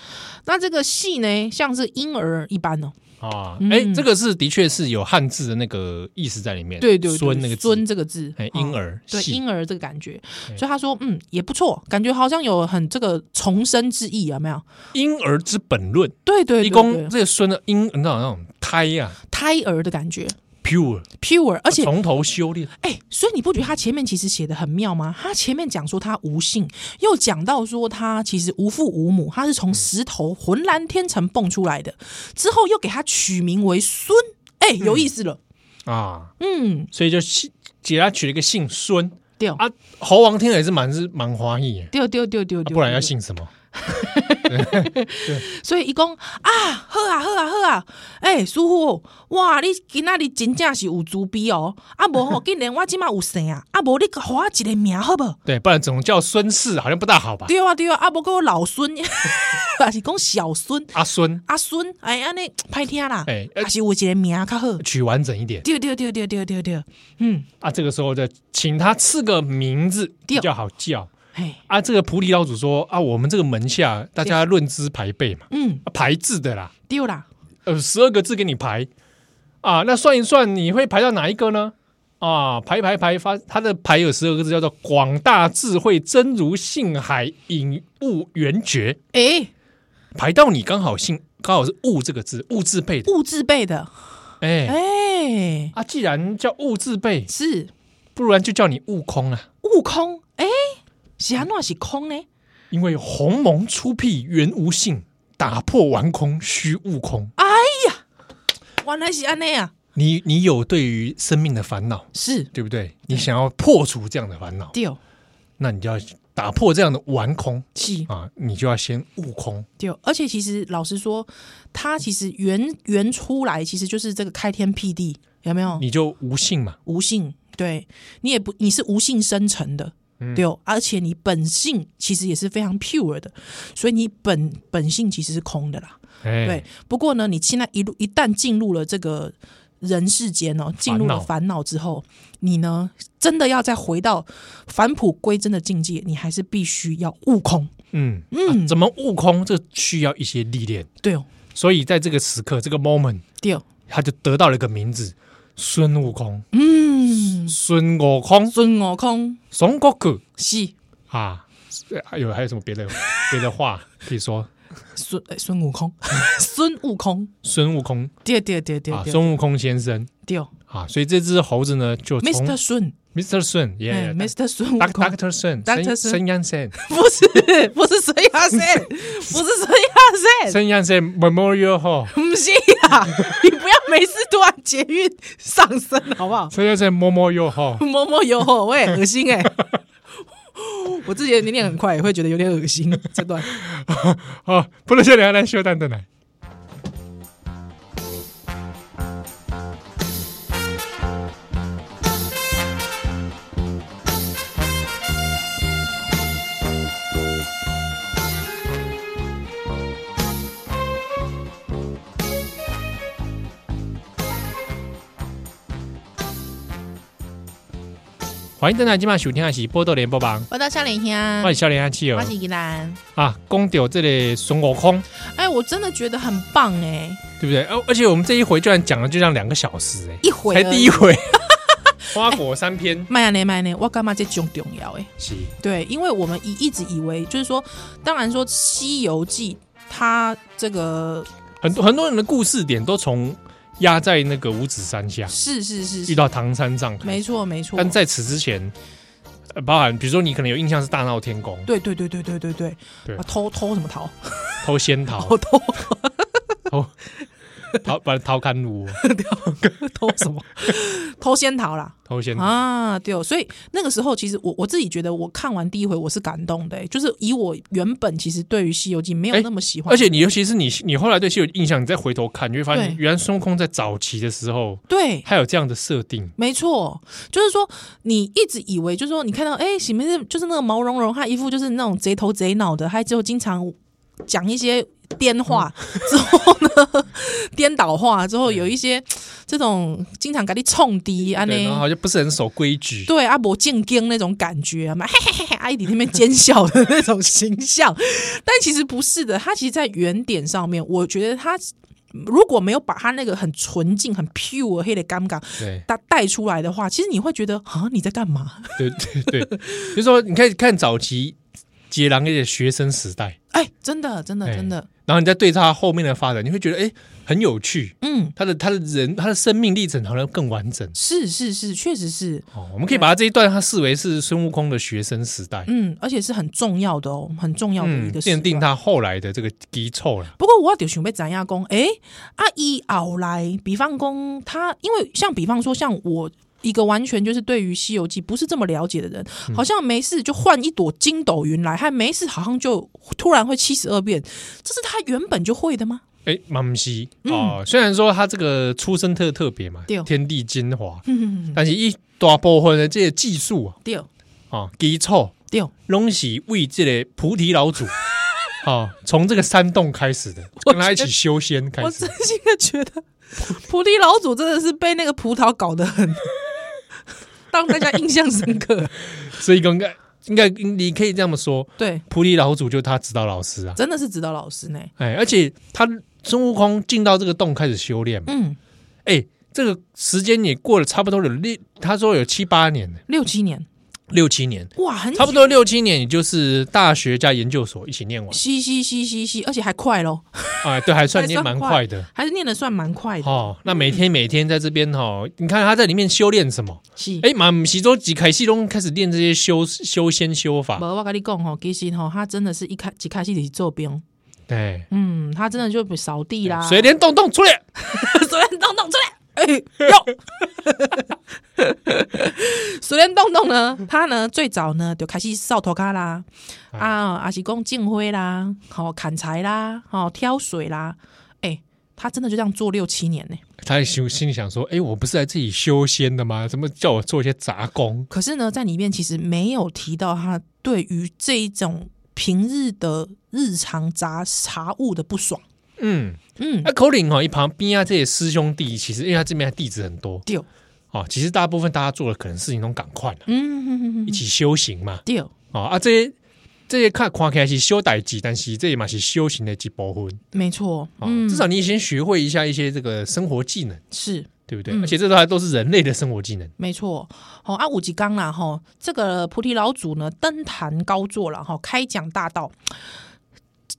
那这个系呢，像是婴儿一般哦。啊，嗯哎，这个是的确是有汉字的那个意思在里面，对对对，哎孙那个字孙，这个字，哎，哦婴。儿对系哎婴儿这个感觉，所以他说，嗯，也不错，感觉好像有很这个重生之意，有没有？婴儿之本论，对对一对公对，这个孙的婴，你知道那种胎呀胎儿的感觉，pure， ，pure，而且从头修炼，哎、所以你不觉得他前面其实写的很妙吗？他前面讲说他无性，又讲到说他其实无父无母，他是嗯从石头浑然天成蹦出来的，之后又给他取名为孙，哎、有嗯意思了。啊，嗯，所以就姓给他取了一个姓孙对哦啊，猴王听了也是蛮是蛮欢喜的，对对对对啊对，不然要对。姓什么？所以一讲啊，好啊好啊好啊，哎、师傅，哇，你今仔日真正是有慈悲哦，啊 [LAUGHS] 无吼，竟然我即马有生啊，啊无你给我一个名好无？对，不然总叫孙氏好像不大好吧？对啊对啊，啊无给我老孙， [LAUGHS] 还是讲小孙。阿啊孙，阿孙，哎，安尼歹听啦，哎呃还是有一个名较好。取完整一点对对对对对对对，嗯，啊，这个时候再请他赐个名字比对哦较好叫嘿，啊。这个菩提老祖说啊，我们这个门下大家论资排辈嘛，嗯，啊排字的啦，对啦，呃，十二个字给你排啊，那算一算你会排到哪一个呢？啊，排排排发，他的排有十二个字，叫做广大智慧真如性海引悟圆觉，哎，排到你刚好姓刚好是悟这个字，悟字辈的，物字辈的，哎、哎，啊，既然叫悟字辈，是不然就叫你悟空啊。悟空，哎，是安怎是空呢？因为鸿蒙出辟原无性，打破顽空虚悟空。原来是安尼啊，你你有对于生命的烦恼，是对不对？你想要破除这样的烦恼，丢那你就要打破这样的玩空是啊，你就要先悟空。丢，而且其实老实说，它其实原原出来其实就是这个开天辟地，有没有？你就无性嘛，无性，对你也不你是无性生成的，对哦、而且你本性其实也是非常 pure 的，所以你本本性其实是空的啦。哎，对，不过呢，你现在一路一旦进入了这个人世间哦，进入了烦恼之后，你呢真的要再回到返璞归真的境界，你还是必须要悟空。嗯嗯、啊怎么悟空？这需要一些历练，对哦，所以在这个时刻，这个 moment，对哦，他就得到了一个名字：孙悟空、嗯，孙悟空、孙悟空孙悟空是啊。呃还有还有什么别的别的话可以说？孙呃孙悟空， [LAUGHS] 孙悟空，孙悟空对对对对啊，对孙悟空先生对哦啊，所以这只猴子呢，就从，Mr. 孙。 Mr. Sun，哎耶，Mr. 孙悟空，Doctor Sun，孙 Dr. Sun 孙杨 Sun，不是不是孙亚 [LAUGHS] 森，不是孙亚森，孙杨 Sun Memorial Hall，不是啊！你不要每次突然捷运上升好不好？孙杨 Sun Memorial Hall，摸摸有吼，我也恶心 [LAUGHS] 哎、我自己的年龄很快，也会觉得有点恶心。这段好，不如先聊来休蛋的奶。欢迎登来今晚收听的是《波多连播榜》，我到笑脸乡我是笑脸阿七我儿是宜兰。啊，公丢这里孙悟空，哎，我真的觉得很棒哎、对不对？而而且我们这一回居然讲了就这样两个小时、哎，一回才第一 [LAUGHS] 回，花果三篇、麦呀呢麦呢，我干嘛这种重要哎、是对，因为我们一一直以为就是说，当然说《西游记》它这个很多很多人的故事点都从压在那个五指山下，是是是遇是，到唐三藏，没错没错。但在此之前，呃包含比如说你可能有印象是大闹天 [LAUGHS] 宫对对对对对对对，对啊偷偷什么逃？偷仙桃、偷 [LAUGHS] 偷偷把偷看炉、 [LAUGHS] 偷什么？ [LAUGHS] 偷仙桃啦偷仙桃，啊！对哦，所以那个时候其实我我自己觉得，我看完第一回我是感动的、欸就是以我原本其实对于《西游记》没有哎那么喜欢，而且你尤其是你你后来对西游印象，你再回头看，你会发现对原来孙悟空在早期的时候对。还有这样的设定，没错，就是说你一直以为，就是说你看到哎，什么是就是那个毛茸茸，他一副就是那种贼头贼脑的，他就经常讲一些癫话，嗯 [LAUGHS] 之后呢颠倒话，之后有一些这种经常给你冲敌啊，对，然后好像不是很守规矩，对啊阿伯进京那种感觉嘛，嘿 [LAUGHS] 嘿啊嘿，阿姨那边奸笑的那种形象， [LAUGHS] 但其实不是的，他其实，在原点上面，我觉得他如果没有把他那个很纯净、很 pure 黑的尴尬。对他带出来的话，其实你会觉得啊，你在干嘛？对对 [LAUGHS] 对，就是说你看看早期杰郎那些学生时代，哎，真的，真的，哎真的，然后你再对他后面的发展，你会觉得哎、诶很有趣，嗯，他的他的人他的生命历程好像更完整是是是，确实是，哦。我们可以把他这一段他视为是孙悟空的学生时代，嗯，而且是很重要的哦，很重要的一嗯，个时段奠定他后来的这个基础了。不过我就想要怎样讲，诶、啊，伊后来，比方讲他，因为像比方说像我。一个完全就是对于《西游记》不是这么了解的人，嗯好像没事就换一朵筋斗云来，还没事好像就突然会七十二变，这是他原本就会的吗？哎，马姆西哦，虽然说他这个出身特特别嘛嗯对，哦天地精 [LAUGHS] 华，嗯，但是一大部分的这些技术啊，对啊基础对， [LAUGHS] 拢是为这个菩提老祖啊，从这个山洞开始的，我跟他一觉起得修仙开我始真。心的觉得菩提老祖真的是被那个葡萄搞 [LAUGHS] 得很让大家印象深刻，所以应该应该你可以这么说，对，菩提老祖就是他指导老师啊。真的是指导老师呢，哎，而且他孙悟空进到这个洞开始修炼嘛，嗯，哎，这个时间也过了差不多有六，他说有七八年了，六七年，六七年，哇，很差不多六七年，也就是大学加研究所一起念完，嘻嘻嘻嘻嘻，而且还快咯，哎，对，还算念还算哎蛮快的。还是念的算蛮快的。哦，那每天每天在这边哦，你看他在里面修炼什么？是，哎，马姆西周几开始都开始练这些修修仙修无法，我跟你讲吼，其实吼，他真的是一开一开始就是做兵，哎，嗯，他真的就扫地 [LAUGHS] 啦，[LAUGHS] 水帘洞洞出来，水帘洞洞出来，哎、语哟。 [LAUGHS] 苏联洞洞呢，他呢最早呢就开始扫涂骹啦，啊，阿是讲进灰啦，好、砍柴啦，好、挑水啦，哎、他真的就这样做六七年呢、他心心里想说：“哎，我不是来这里修仙的吗？怎么叫我做一些杂工可是呢，在里面其实没有提到他对于这一种平日的日常杂茶物的不爽。？”嗯，嗯，那口岭哦，一旁边啊这些师兄弟，其实因为他这边的弟子很多丢，哦，其实大部分大家做的可能事情都赶快了，嗯一，起修行嘛。丢，哦啊，这些这些看看起来是修代志，但是这也嘛是修行的一部分没错，啊、哦嗯，至少你先学会一下一些这个生活技能，是对不对？嗯而且这都还都是人类的生活技能。没错，好、啊，五级刚啦，哈、这个菩提老祖呢登坛高坐了，哈、开讲大道。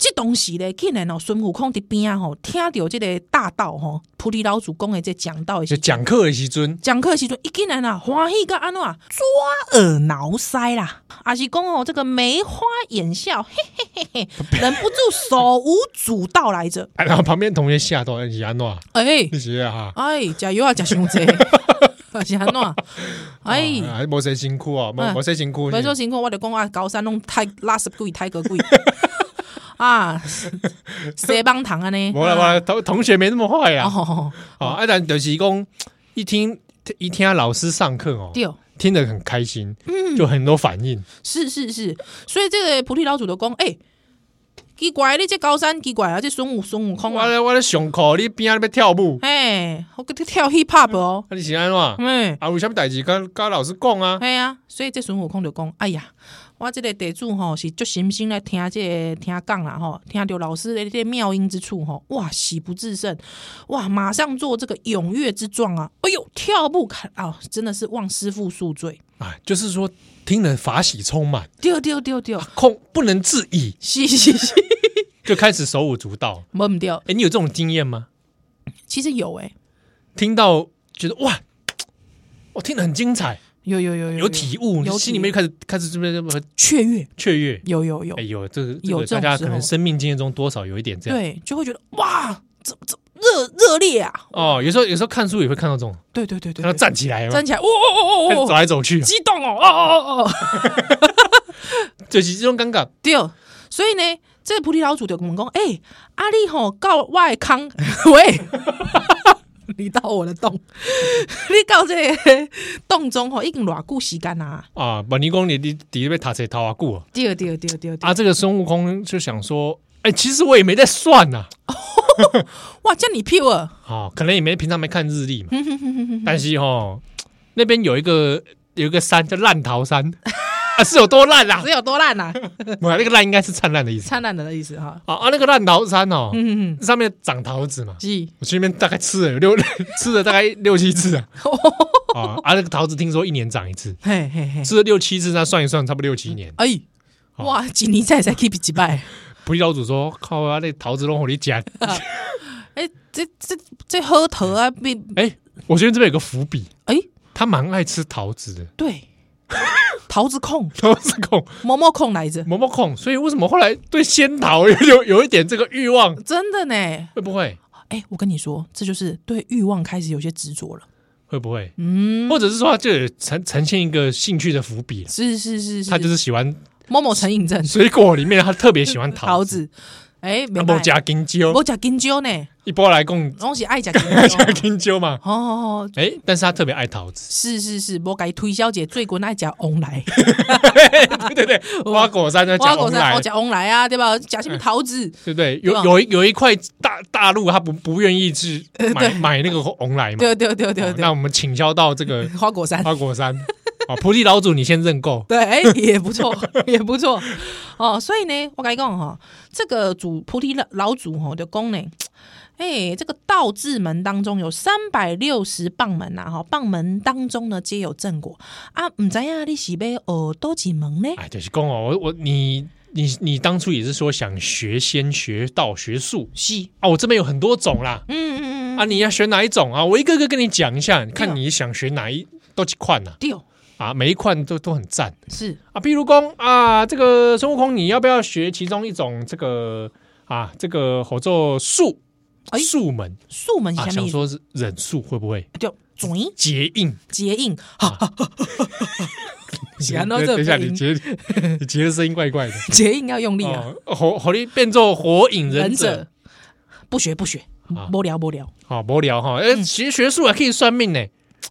这东西咧，竟然哦，孙悟空伫边啊吼，听到这个大道吼，菩提老祖讲的这讲道的就时讲课的时阵， [LAUGHS] 讲课的时阵，伊竟然啊欢喜个安怎啊抓耳挠腮啦，啊是讲哦这个梅花眼笑， [LAUGHS] 嘿嘿嘿嘿，忍不住手舞足蹈来着。啊然后旁边同学吓到，哎是安 [LAUGHS] 诺，哎、你是啊，哎，加油啊，加伤济， [LAUGHS] 是安怎？哎。啊，无谁辛苦啊，哎无无谁辛苦，没说你情况，我就讲啊，高三弄太拉十贵，太个 [LAUGHS] 贵啊，谁帮糖啊呢？无啦无啦，同同学没那么坏啊。哦，哦，啊，但就是讲一听一听老师上课哦，对，嗯听得很开心，就很多反应。是是是，所以这个菩提老祖就讲，哎、奇怪，你这高三奇怪啊，这孙悟孙悟空我啊，咧我咧上课，你边啊要跳舞，哎，我跟他跳 hip hop 哦，啊，你是安怎？哎、啊，有啥物代志跟跟老师讲啊？哎呀，所以这孙悟空就讲，哎呀，我这个地主吼是足心心来听这个听讲啦吼，听到老师的这个妙音之处吼，哇，喜不自胜，哇，马上做这个踊跃之状啊，哎呦，跳不开啊、真的是望师傅恕罪，啊，就是说听了法喜充满，丢丢丢丢，空不能自已，是是是，就开始手舞足蹈。没唔掉，哎，你有这种经验吗？其实有哎、听到觉得哇，我听得很精彩，有有有有有体悟，你嗯有心里面就开始开始这边这么雀跃，雀跃。有有有哎，呦，这个这有个这种大家时可能候生命经验中多少有一点这样。对，就会觉得哇，怎么怎么热热烈啊，哦，有时候有时候看书也会看到这种，对对对对看到对，站起来嘛站，起来，哦哦开始哦哦走哦。来走去，激动哦，哦哦哦哦，就是这种尴尬。对，所以呢，这个菩提老祖就跟我们讲，哎、阿力吼告外康， [LAUGHS] 喂，你到我的洞， [LAUGHS] 你到这个洞中吼已经偌久时间啊？啊，本尼公你你底被塔车掏啊过对对对对对，啊，这个孙悟空就想说，哎、其实我也没在算呐、哇，叫你 p 啊，啊，可能也没平常没看日历 [LAUGHS] 嘛，但是哦，那边有一个有一个山叫烂桃山 [LAUGHS] 啊，是有多烂啊这？有多烂啊？不，那个烂应该是灿烂的意思 [LAUGHS] 灿烂的意思哈，啊啊，那个烂桃山哦，嗯，上面长桃子嘛，是，我去那边大概吃了有六 [LAUGHS] 吃了大概六七次 [LAUGHS] 啊，啊啊，那个桃子听说一年长一次，嘿嘿嘿，吃了六七次，那算一算差不多六七年。哎、哇，一年才才 keep 几拜？菩提老祖说：“靠啊，那桃子弄我你讲。哎、这这这喝头啊，被哎，我觉得这边有个伏笔，哎、他蛮爱吃桃子的， [LAUGHS] 对，桃子控、桃子控、摸摸控来着，毛毛控，所以为什么后来对仙桃有 [LAUGHS] 有有一点这个欲望？真的呢，会不会？哎、我跟你说，这就是对欲望开始有些执着了。会不会？嗯，或者是说，他就有呈呈现一个兴趣的伏笔了。是是是是，他就是喜欢某某成瘾症，水果里面，他特别喜欢 [LAUGHS] 桃桃子，啊子。哎、没他办不法加金蕉，我讲金蕉呢，一波来共。拢是爱讲金蕉 [LAUGHS] 金蕉嘛。哦哦哦，哎，但是他特别爱桃 [LAUGHS] 子，是是是，我改推销姐最滚爱讲翁来，对对对，花果山的我讲果红山来嗯好，讲翁来啊，对吧？讲什么桃子？对不对？对有吧有一有一块大大陆，他不不愿意去买买那个红来嘛。对对对对哦对，那我们请教到这个花果山。花果山啊，菩提老祖，你先认购。对，哎、也不错， [LAUGHS] 也不错哦。所以呢，我跟你讲哈、这个主菩提老老祖吼、就讲呢，哎、这个道字门当中有三百六十棒门呐、哈、棒门当中呢皆有正果啊。唔知呀，你是要学多几门呢？ [LAUGHS] 哎，就是公哦，我我你你你当初也是说想学仙学道学术是，啊，我这边有很多种啦嗯嗯嗯，啊，你要选哪一种啊？我一个个跟你讲一下，看对哦你想学哪一都几款呐对，啊，每一款都都很赞是啊。比如公啊，这个孙悟空，你要不要学其中一种这个啊这个合作术哎宿门素门是啊，什么想意思？说是忍术会不会就嘴结 [LAUGHS] 印？结印，是啊那这等一下，配你音结 [LAUGHS] 你结的声音怪怪的。结印要用力啊！哦，火火力变做火影忍忍者者，不学不学啊，无聊无聊，好无聊哈。哎，学学术还可以算命呢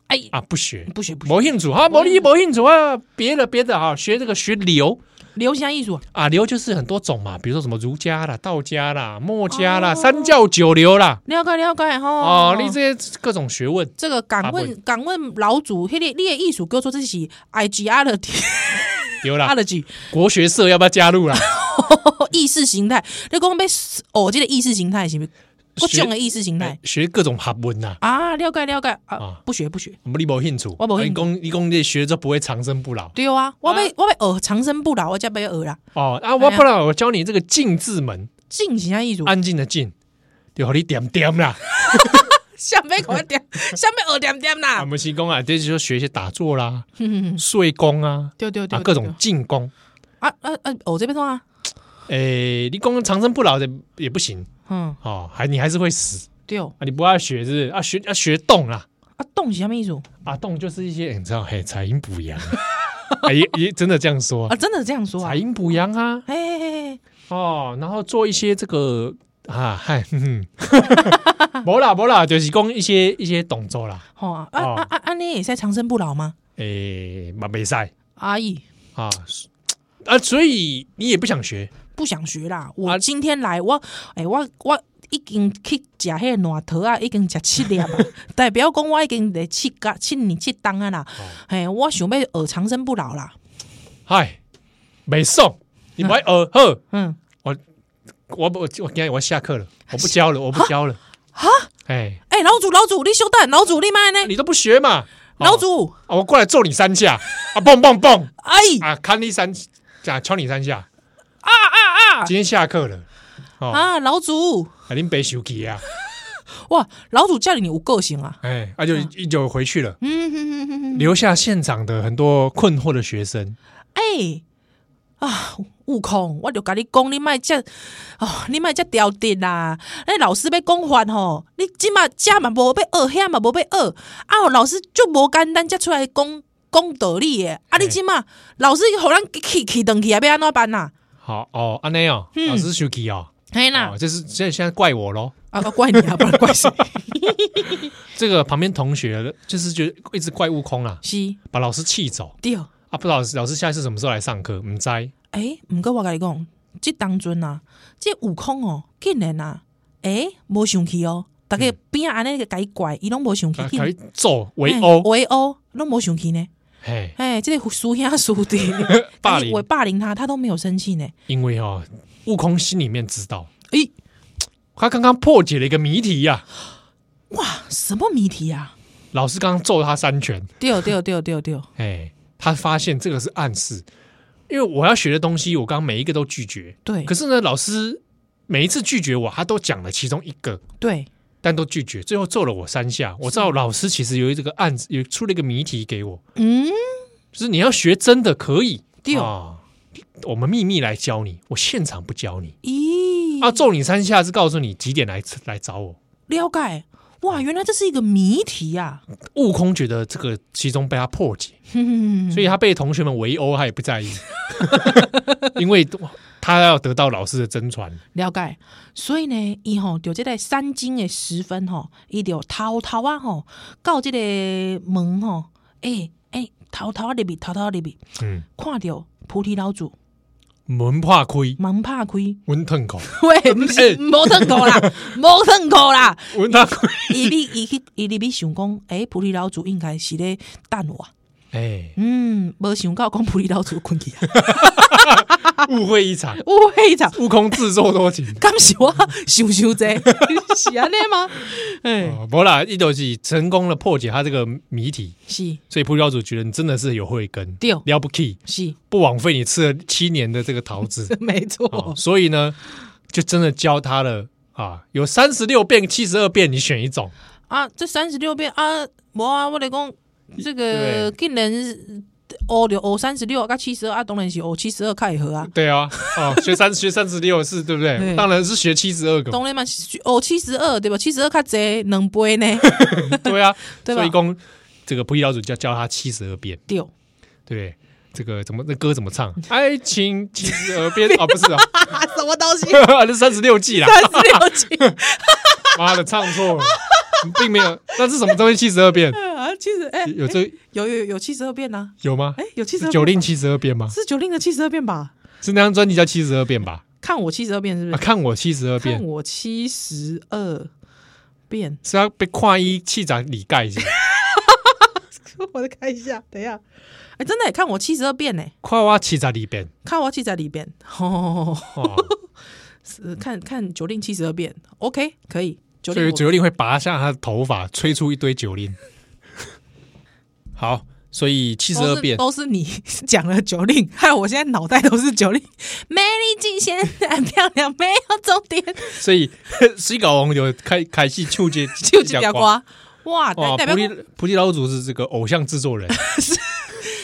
哎，啊，不学，不学不学，没兴趣啊，没力没兴趣啊，别的别的啊，学这个学流流行艺术啊啊，流就是很多种嘛，比如说什么儒家啦、道家啦、墨家啦、三教九流啦，了解了解吼。哦，你这些各种学问，这个敢啊问敢问老祖，迄个你的艺术哥说这是 [LAUGHS] ideology 有啦， ideology 国学社要不要加入啦？ [LAUGHS] 意识形态，你讲被哦，这个意识形态是不是？各学种的意识形态学各种学问呐。啊，了解了解啊啊，不学不学。我们你没兴趣，我没兴你趣讲你讲这学就不会长生不老对啊，我被我被学长生不老，我才被学啦。哦啊！我不然我教你这个静字门，进行啊艺术，安静的静，就和你点点啦。想被我 [LAUGHS] 点，想被学点点啊，我啦。们西功啊，这就是学一些打坐啦、嗯睡功啊对对对啊对，各对种进功。啊啊啊！哦，这边痛啊，诶，你讲长生不老的也不行嗯，哦，还你还是会死对哦，啊！你不要学是不是啊，学要学动啦啊，动是什么意思啊，动就是一些你知道嘿，采阴补 [LAUGHS] 阳啊，也也真的这样说啊？，真的这样说啊采？阴补阳啊，哎哎哎，嘿哦，然后做一些这个啊， [LAUGHS] 嗨，嗯，没啦没啦，就是讲一些一些动作啦，吼啊哦啊啊啊！安尼也在长生不老吗？诶，嘛没赛阿姨啊啊，所以你也不想学不想学啦，啊我今天来，我哎、我我已经去食迄个软桃啊，已经食七粒啊， [LAUGHS] 代表讲我已经得七甲七年七冬啊啦，嘿、我想要学长生不老啦，嗨，没送，你不爱呃呵，嗯，我不我我今天我下课了，我不教了，我不教了哈，哎，哎、老祖老祖，你小等，老祖你慢呢，你都不学嘛，哦老祖，啊，我过来揍你三下啊，蹦蹦蹦哎啊，砍你三啊，敲你三下，啊啊啊今天下课了，哦，啊，老祖，啊，您别休息啊，哇，老祖叫你有个性啊，哎，啊就一就回去了。嗯哼哼哼哼，留下现场的很多困惑的学生。哎、啊，悟空，我就甲你讲，你莫遮哦，你莫遮调直啦。那老师要讲法吼，你即马遮嘛无要学，遐嘛无要学。啊，老师就无简单，才出来讲讲道理的。啊，你即马老师互咱气气断去啊，要安怎办啊？好哦，安内哦，嗯老师休息哦，嘿啦哦，，这是这现在怪我咯。啊，怪你啊，不然怪谁？这个旁边同学就是觉得一直怪悟空啊，是把老师气走对。啊，不知道老师下一次什么时候来上课？唔知诶、哎毋过我甲你讲，即当阵啊，即悟空哦，竟然啊，诶、无生气哦，逐个边啊安尼甲伊怪，伊拢无生气嗯啊，，竟可然以哎揍围殴，哎围殴，拢无生气呢。嘿，哎，这个叔兄叔弟 [LAUGHS] 霸凌我霸凌他，他都没有生气呢。哎因为哦，悟空心里面知道，诶，他刚刚破解了一个谜题呀、啊，哇，什么谜题啊？老师刚刚揍他三拳，对对对对对，哎，他发现这个是暗示，因为我要学的东西，我刚刚每一个都拒绝，对可是呢，老师每一次拒绝我，他都讲了其中一个，对，但都拒绝，最后揍了我三下。我知道老师其实有这个案子，有出了一个谜题给我，嗯，就是你要学真的可以对啊，我们秘密来教你，我现场不教你。咦，啊，揍你三下是告诉你几点来来找我。了解。哇，原来这是一个谜题啊！ [LAUGHS] 悟空觉得这个其中被他破解，哼哼所以他被同学们围殴，他也不 [LAUGHS] 在意，因为他要得到老师的真传。了解。所以呢，伊吼就这个三更的时分吼，伊就偷偷啊吼，到这个门吼，诶诶，偷偷啊入去，偷偷啊入去，嗯，看到菩提老祖门怕亏，门拍开，温腾口， [LAUGHS] 喂，不是，无烫过啦， [LAUGHS] 无烫过啦。温他亏。伊你伊去伊入去想讲，诶、菩提老祖应该是咧等 [LAUGHS] 我。啊哎，嗯，无想到讲菩提老祖困去 [LAUGHS] 啊，误会一场，我迄场，悟空自作多情。敢是我想想者， [LAUGHS] 是安尼吗？诶、哦，不啦，伊就是成功的破解他这个谜题，是所以葡萄主觉得你真的是有慧根，对了不起，是，不枉费你吃了七年的这个桃子 [LAUGHS] 没错、哦。所以呢，就真的教他了啊，有三十六变、七十二变，你选一种。啊。这三十六变啊，无啊，我来讲对这个竟然欧就欧三十六，跟七十二啊，当然是欧七十二开合啊。对啊，哦， [LAUGHS] 学三学三十六是对不对？对当然是学七十二个嘛，当然嘛，欧七十二对吧？七十二较济两 [LAUGHS] 倍呢， [LAUGHS] 对啊， [LAUGHS] 对吧所以公这个不一标准叫教他七十二变，对，对不对？这个怎么那歌怎么 [LAUGHS] 唱？爱情七十二变啊，不是啊， [LAUGHS] 啊，什么东西？ [LAUGHS] 那三十六计啦，三十六斤妈的，唱错了，并没有，那是什么东西？七十二变 [LAUGHS] 啊，七十哎，有这有有有七十二变呐，有吗？哎，有七十是二九令七十二变吗？是九令的七十二变吧？是那张专辑叫七十二变吧？看我七十二变是不啊，是？看我七十二嗯看变，我七十二变，是要被跨一气长里盖是吧？ [LAUGHS] 我再看一下，等一下，哎，真的耶看我七十二变呢，跨哇气长里变看我七十二里边， [LAUGHS] 哦，哦，是看看九令七十二变，OK，可以，九所以令我九令会拔下他的头发，吹出一堆九 [LAUGHS] 令。好，所以七十都二是变都是你讲了九令，害我现在脑袋都是九令，美丽尽显很漂亮，没有重点，所以 [LAUGHS] 水狗王有开开戏触 [LAUGHS] 接就这条。瓜，哇，代哦，代菩表提说菩提老祖是这个偶像制 [LAUGHS] 作人，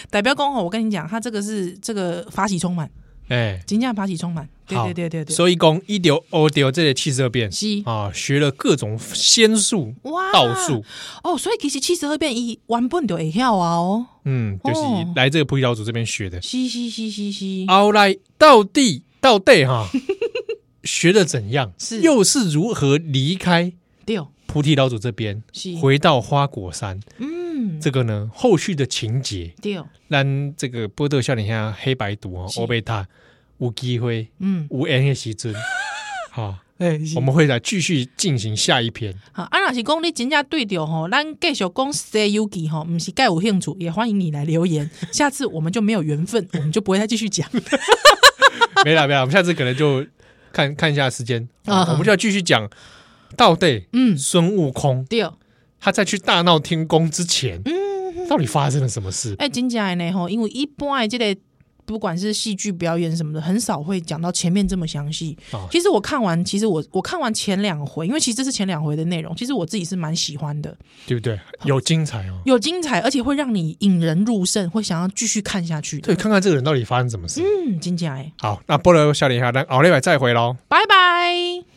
代表公吼，我跟你讲，他这个是这个法喜充满，哎，金价法喜充满，对好对对对对，所以讲一丢二丢这些七十二变是啊，学了各种仙术、哇道术，哦，所以其实七十二变一原本就会晓啊哦，嗯，就是哦来这个菩提老祖这边学的。是是是是是， [LAUGHS] 后来到底到底 [LAUGHS] 哈，学的怎样？是又是如何离开对，菩提老祖这边，是回到花果山？嗯，这个呢，后续的情节，对，让这个波特笑脸下黑白读哦，是欧贝塔有机会嗯，无缘的时 [LAUGHS] 阵，好，哎，我们会来继续进行下一篇。好，啊，若是讲你真正对着吼，咱继续讲《西游记》吼，毋是盖有兴趣，也欢迎你来留言。下次我们就没有缘分，我们就不会再继 [LAUGHS] 续讲。没了没了，我们下次可能就看看一下时间， [LAUGHS] 啊好我们就要继续讲到底嗯，孙悟空对，他在去大闹天宫之前，到底发生了什么事？哎、真正的呢吼，因为一般的这个不管是戏剧表演什么的，很少会讲到前面这么详细。啊其实我看完，其实我我看完前两回，因为其实这是前两回的内容，其实我自己是蛮喜欢的，对不对？有精彩哦！有精彩，而且会让你引人入胜，会想要继续看下去对，的。嗯看看这个人到底发生什么事。嗯，真正的，好，那菠萝笑脸下，但奥利百再回喽。拜拜。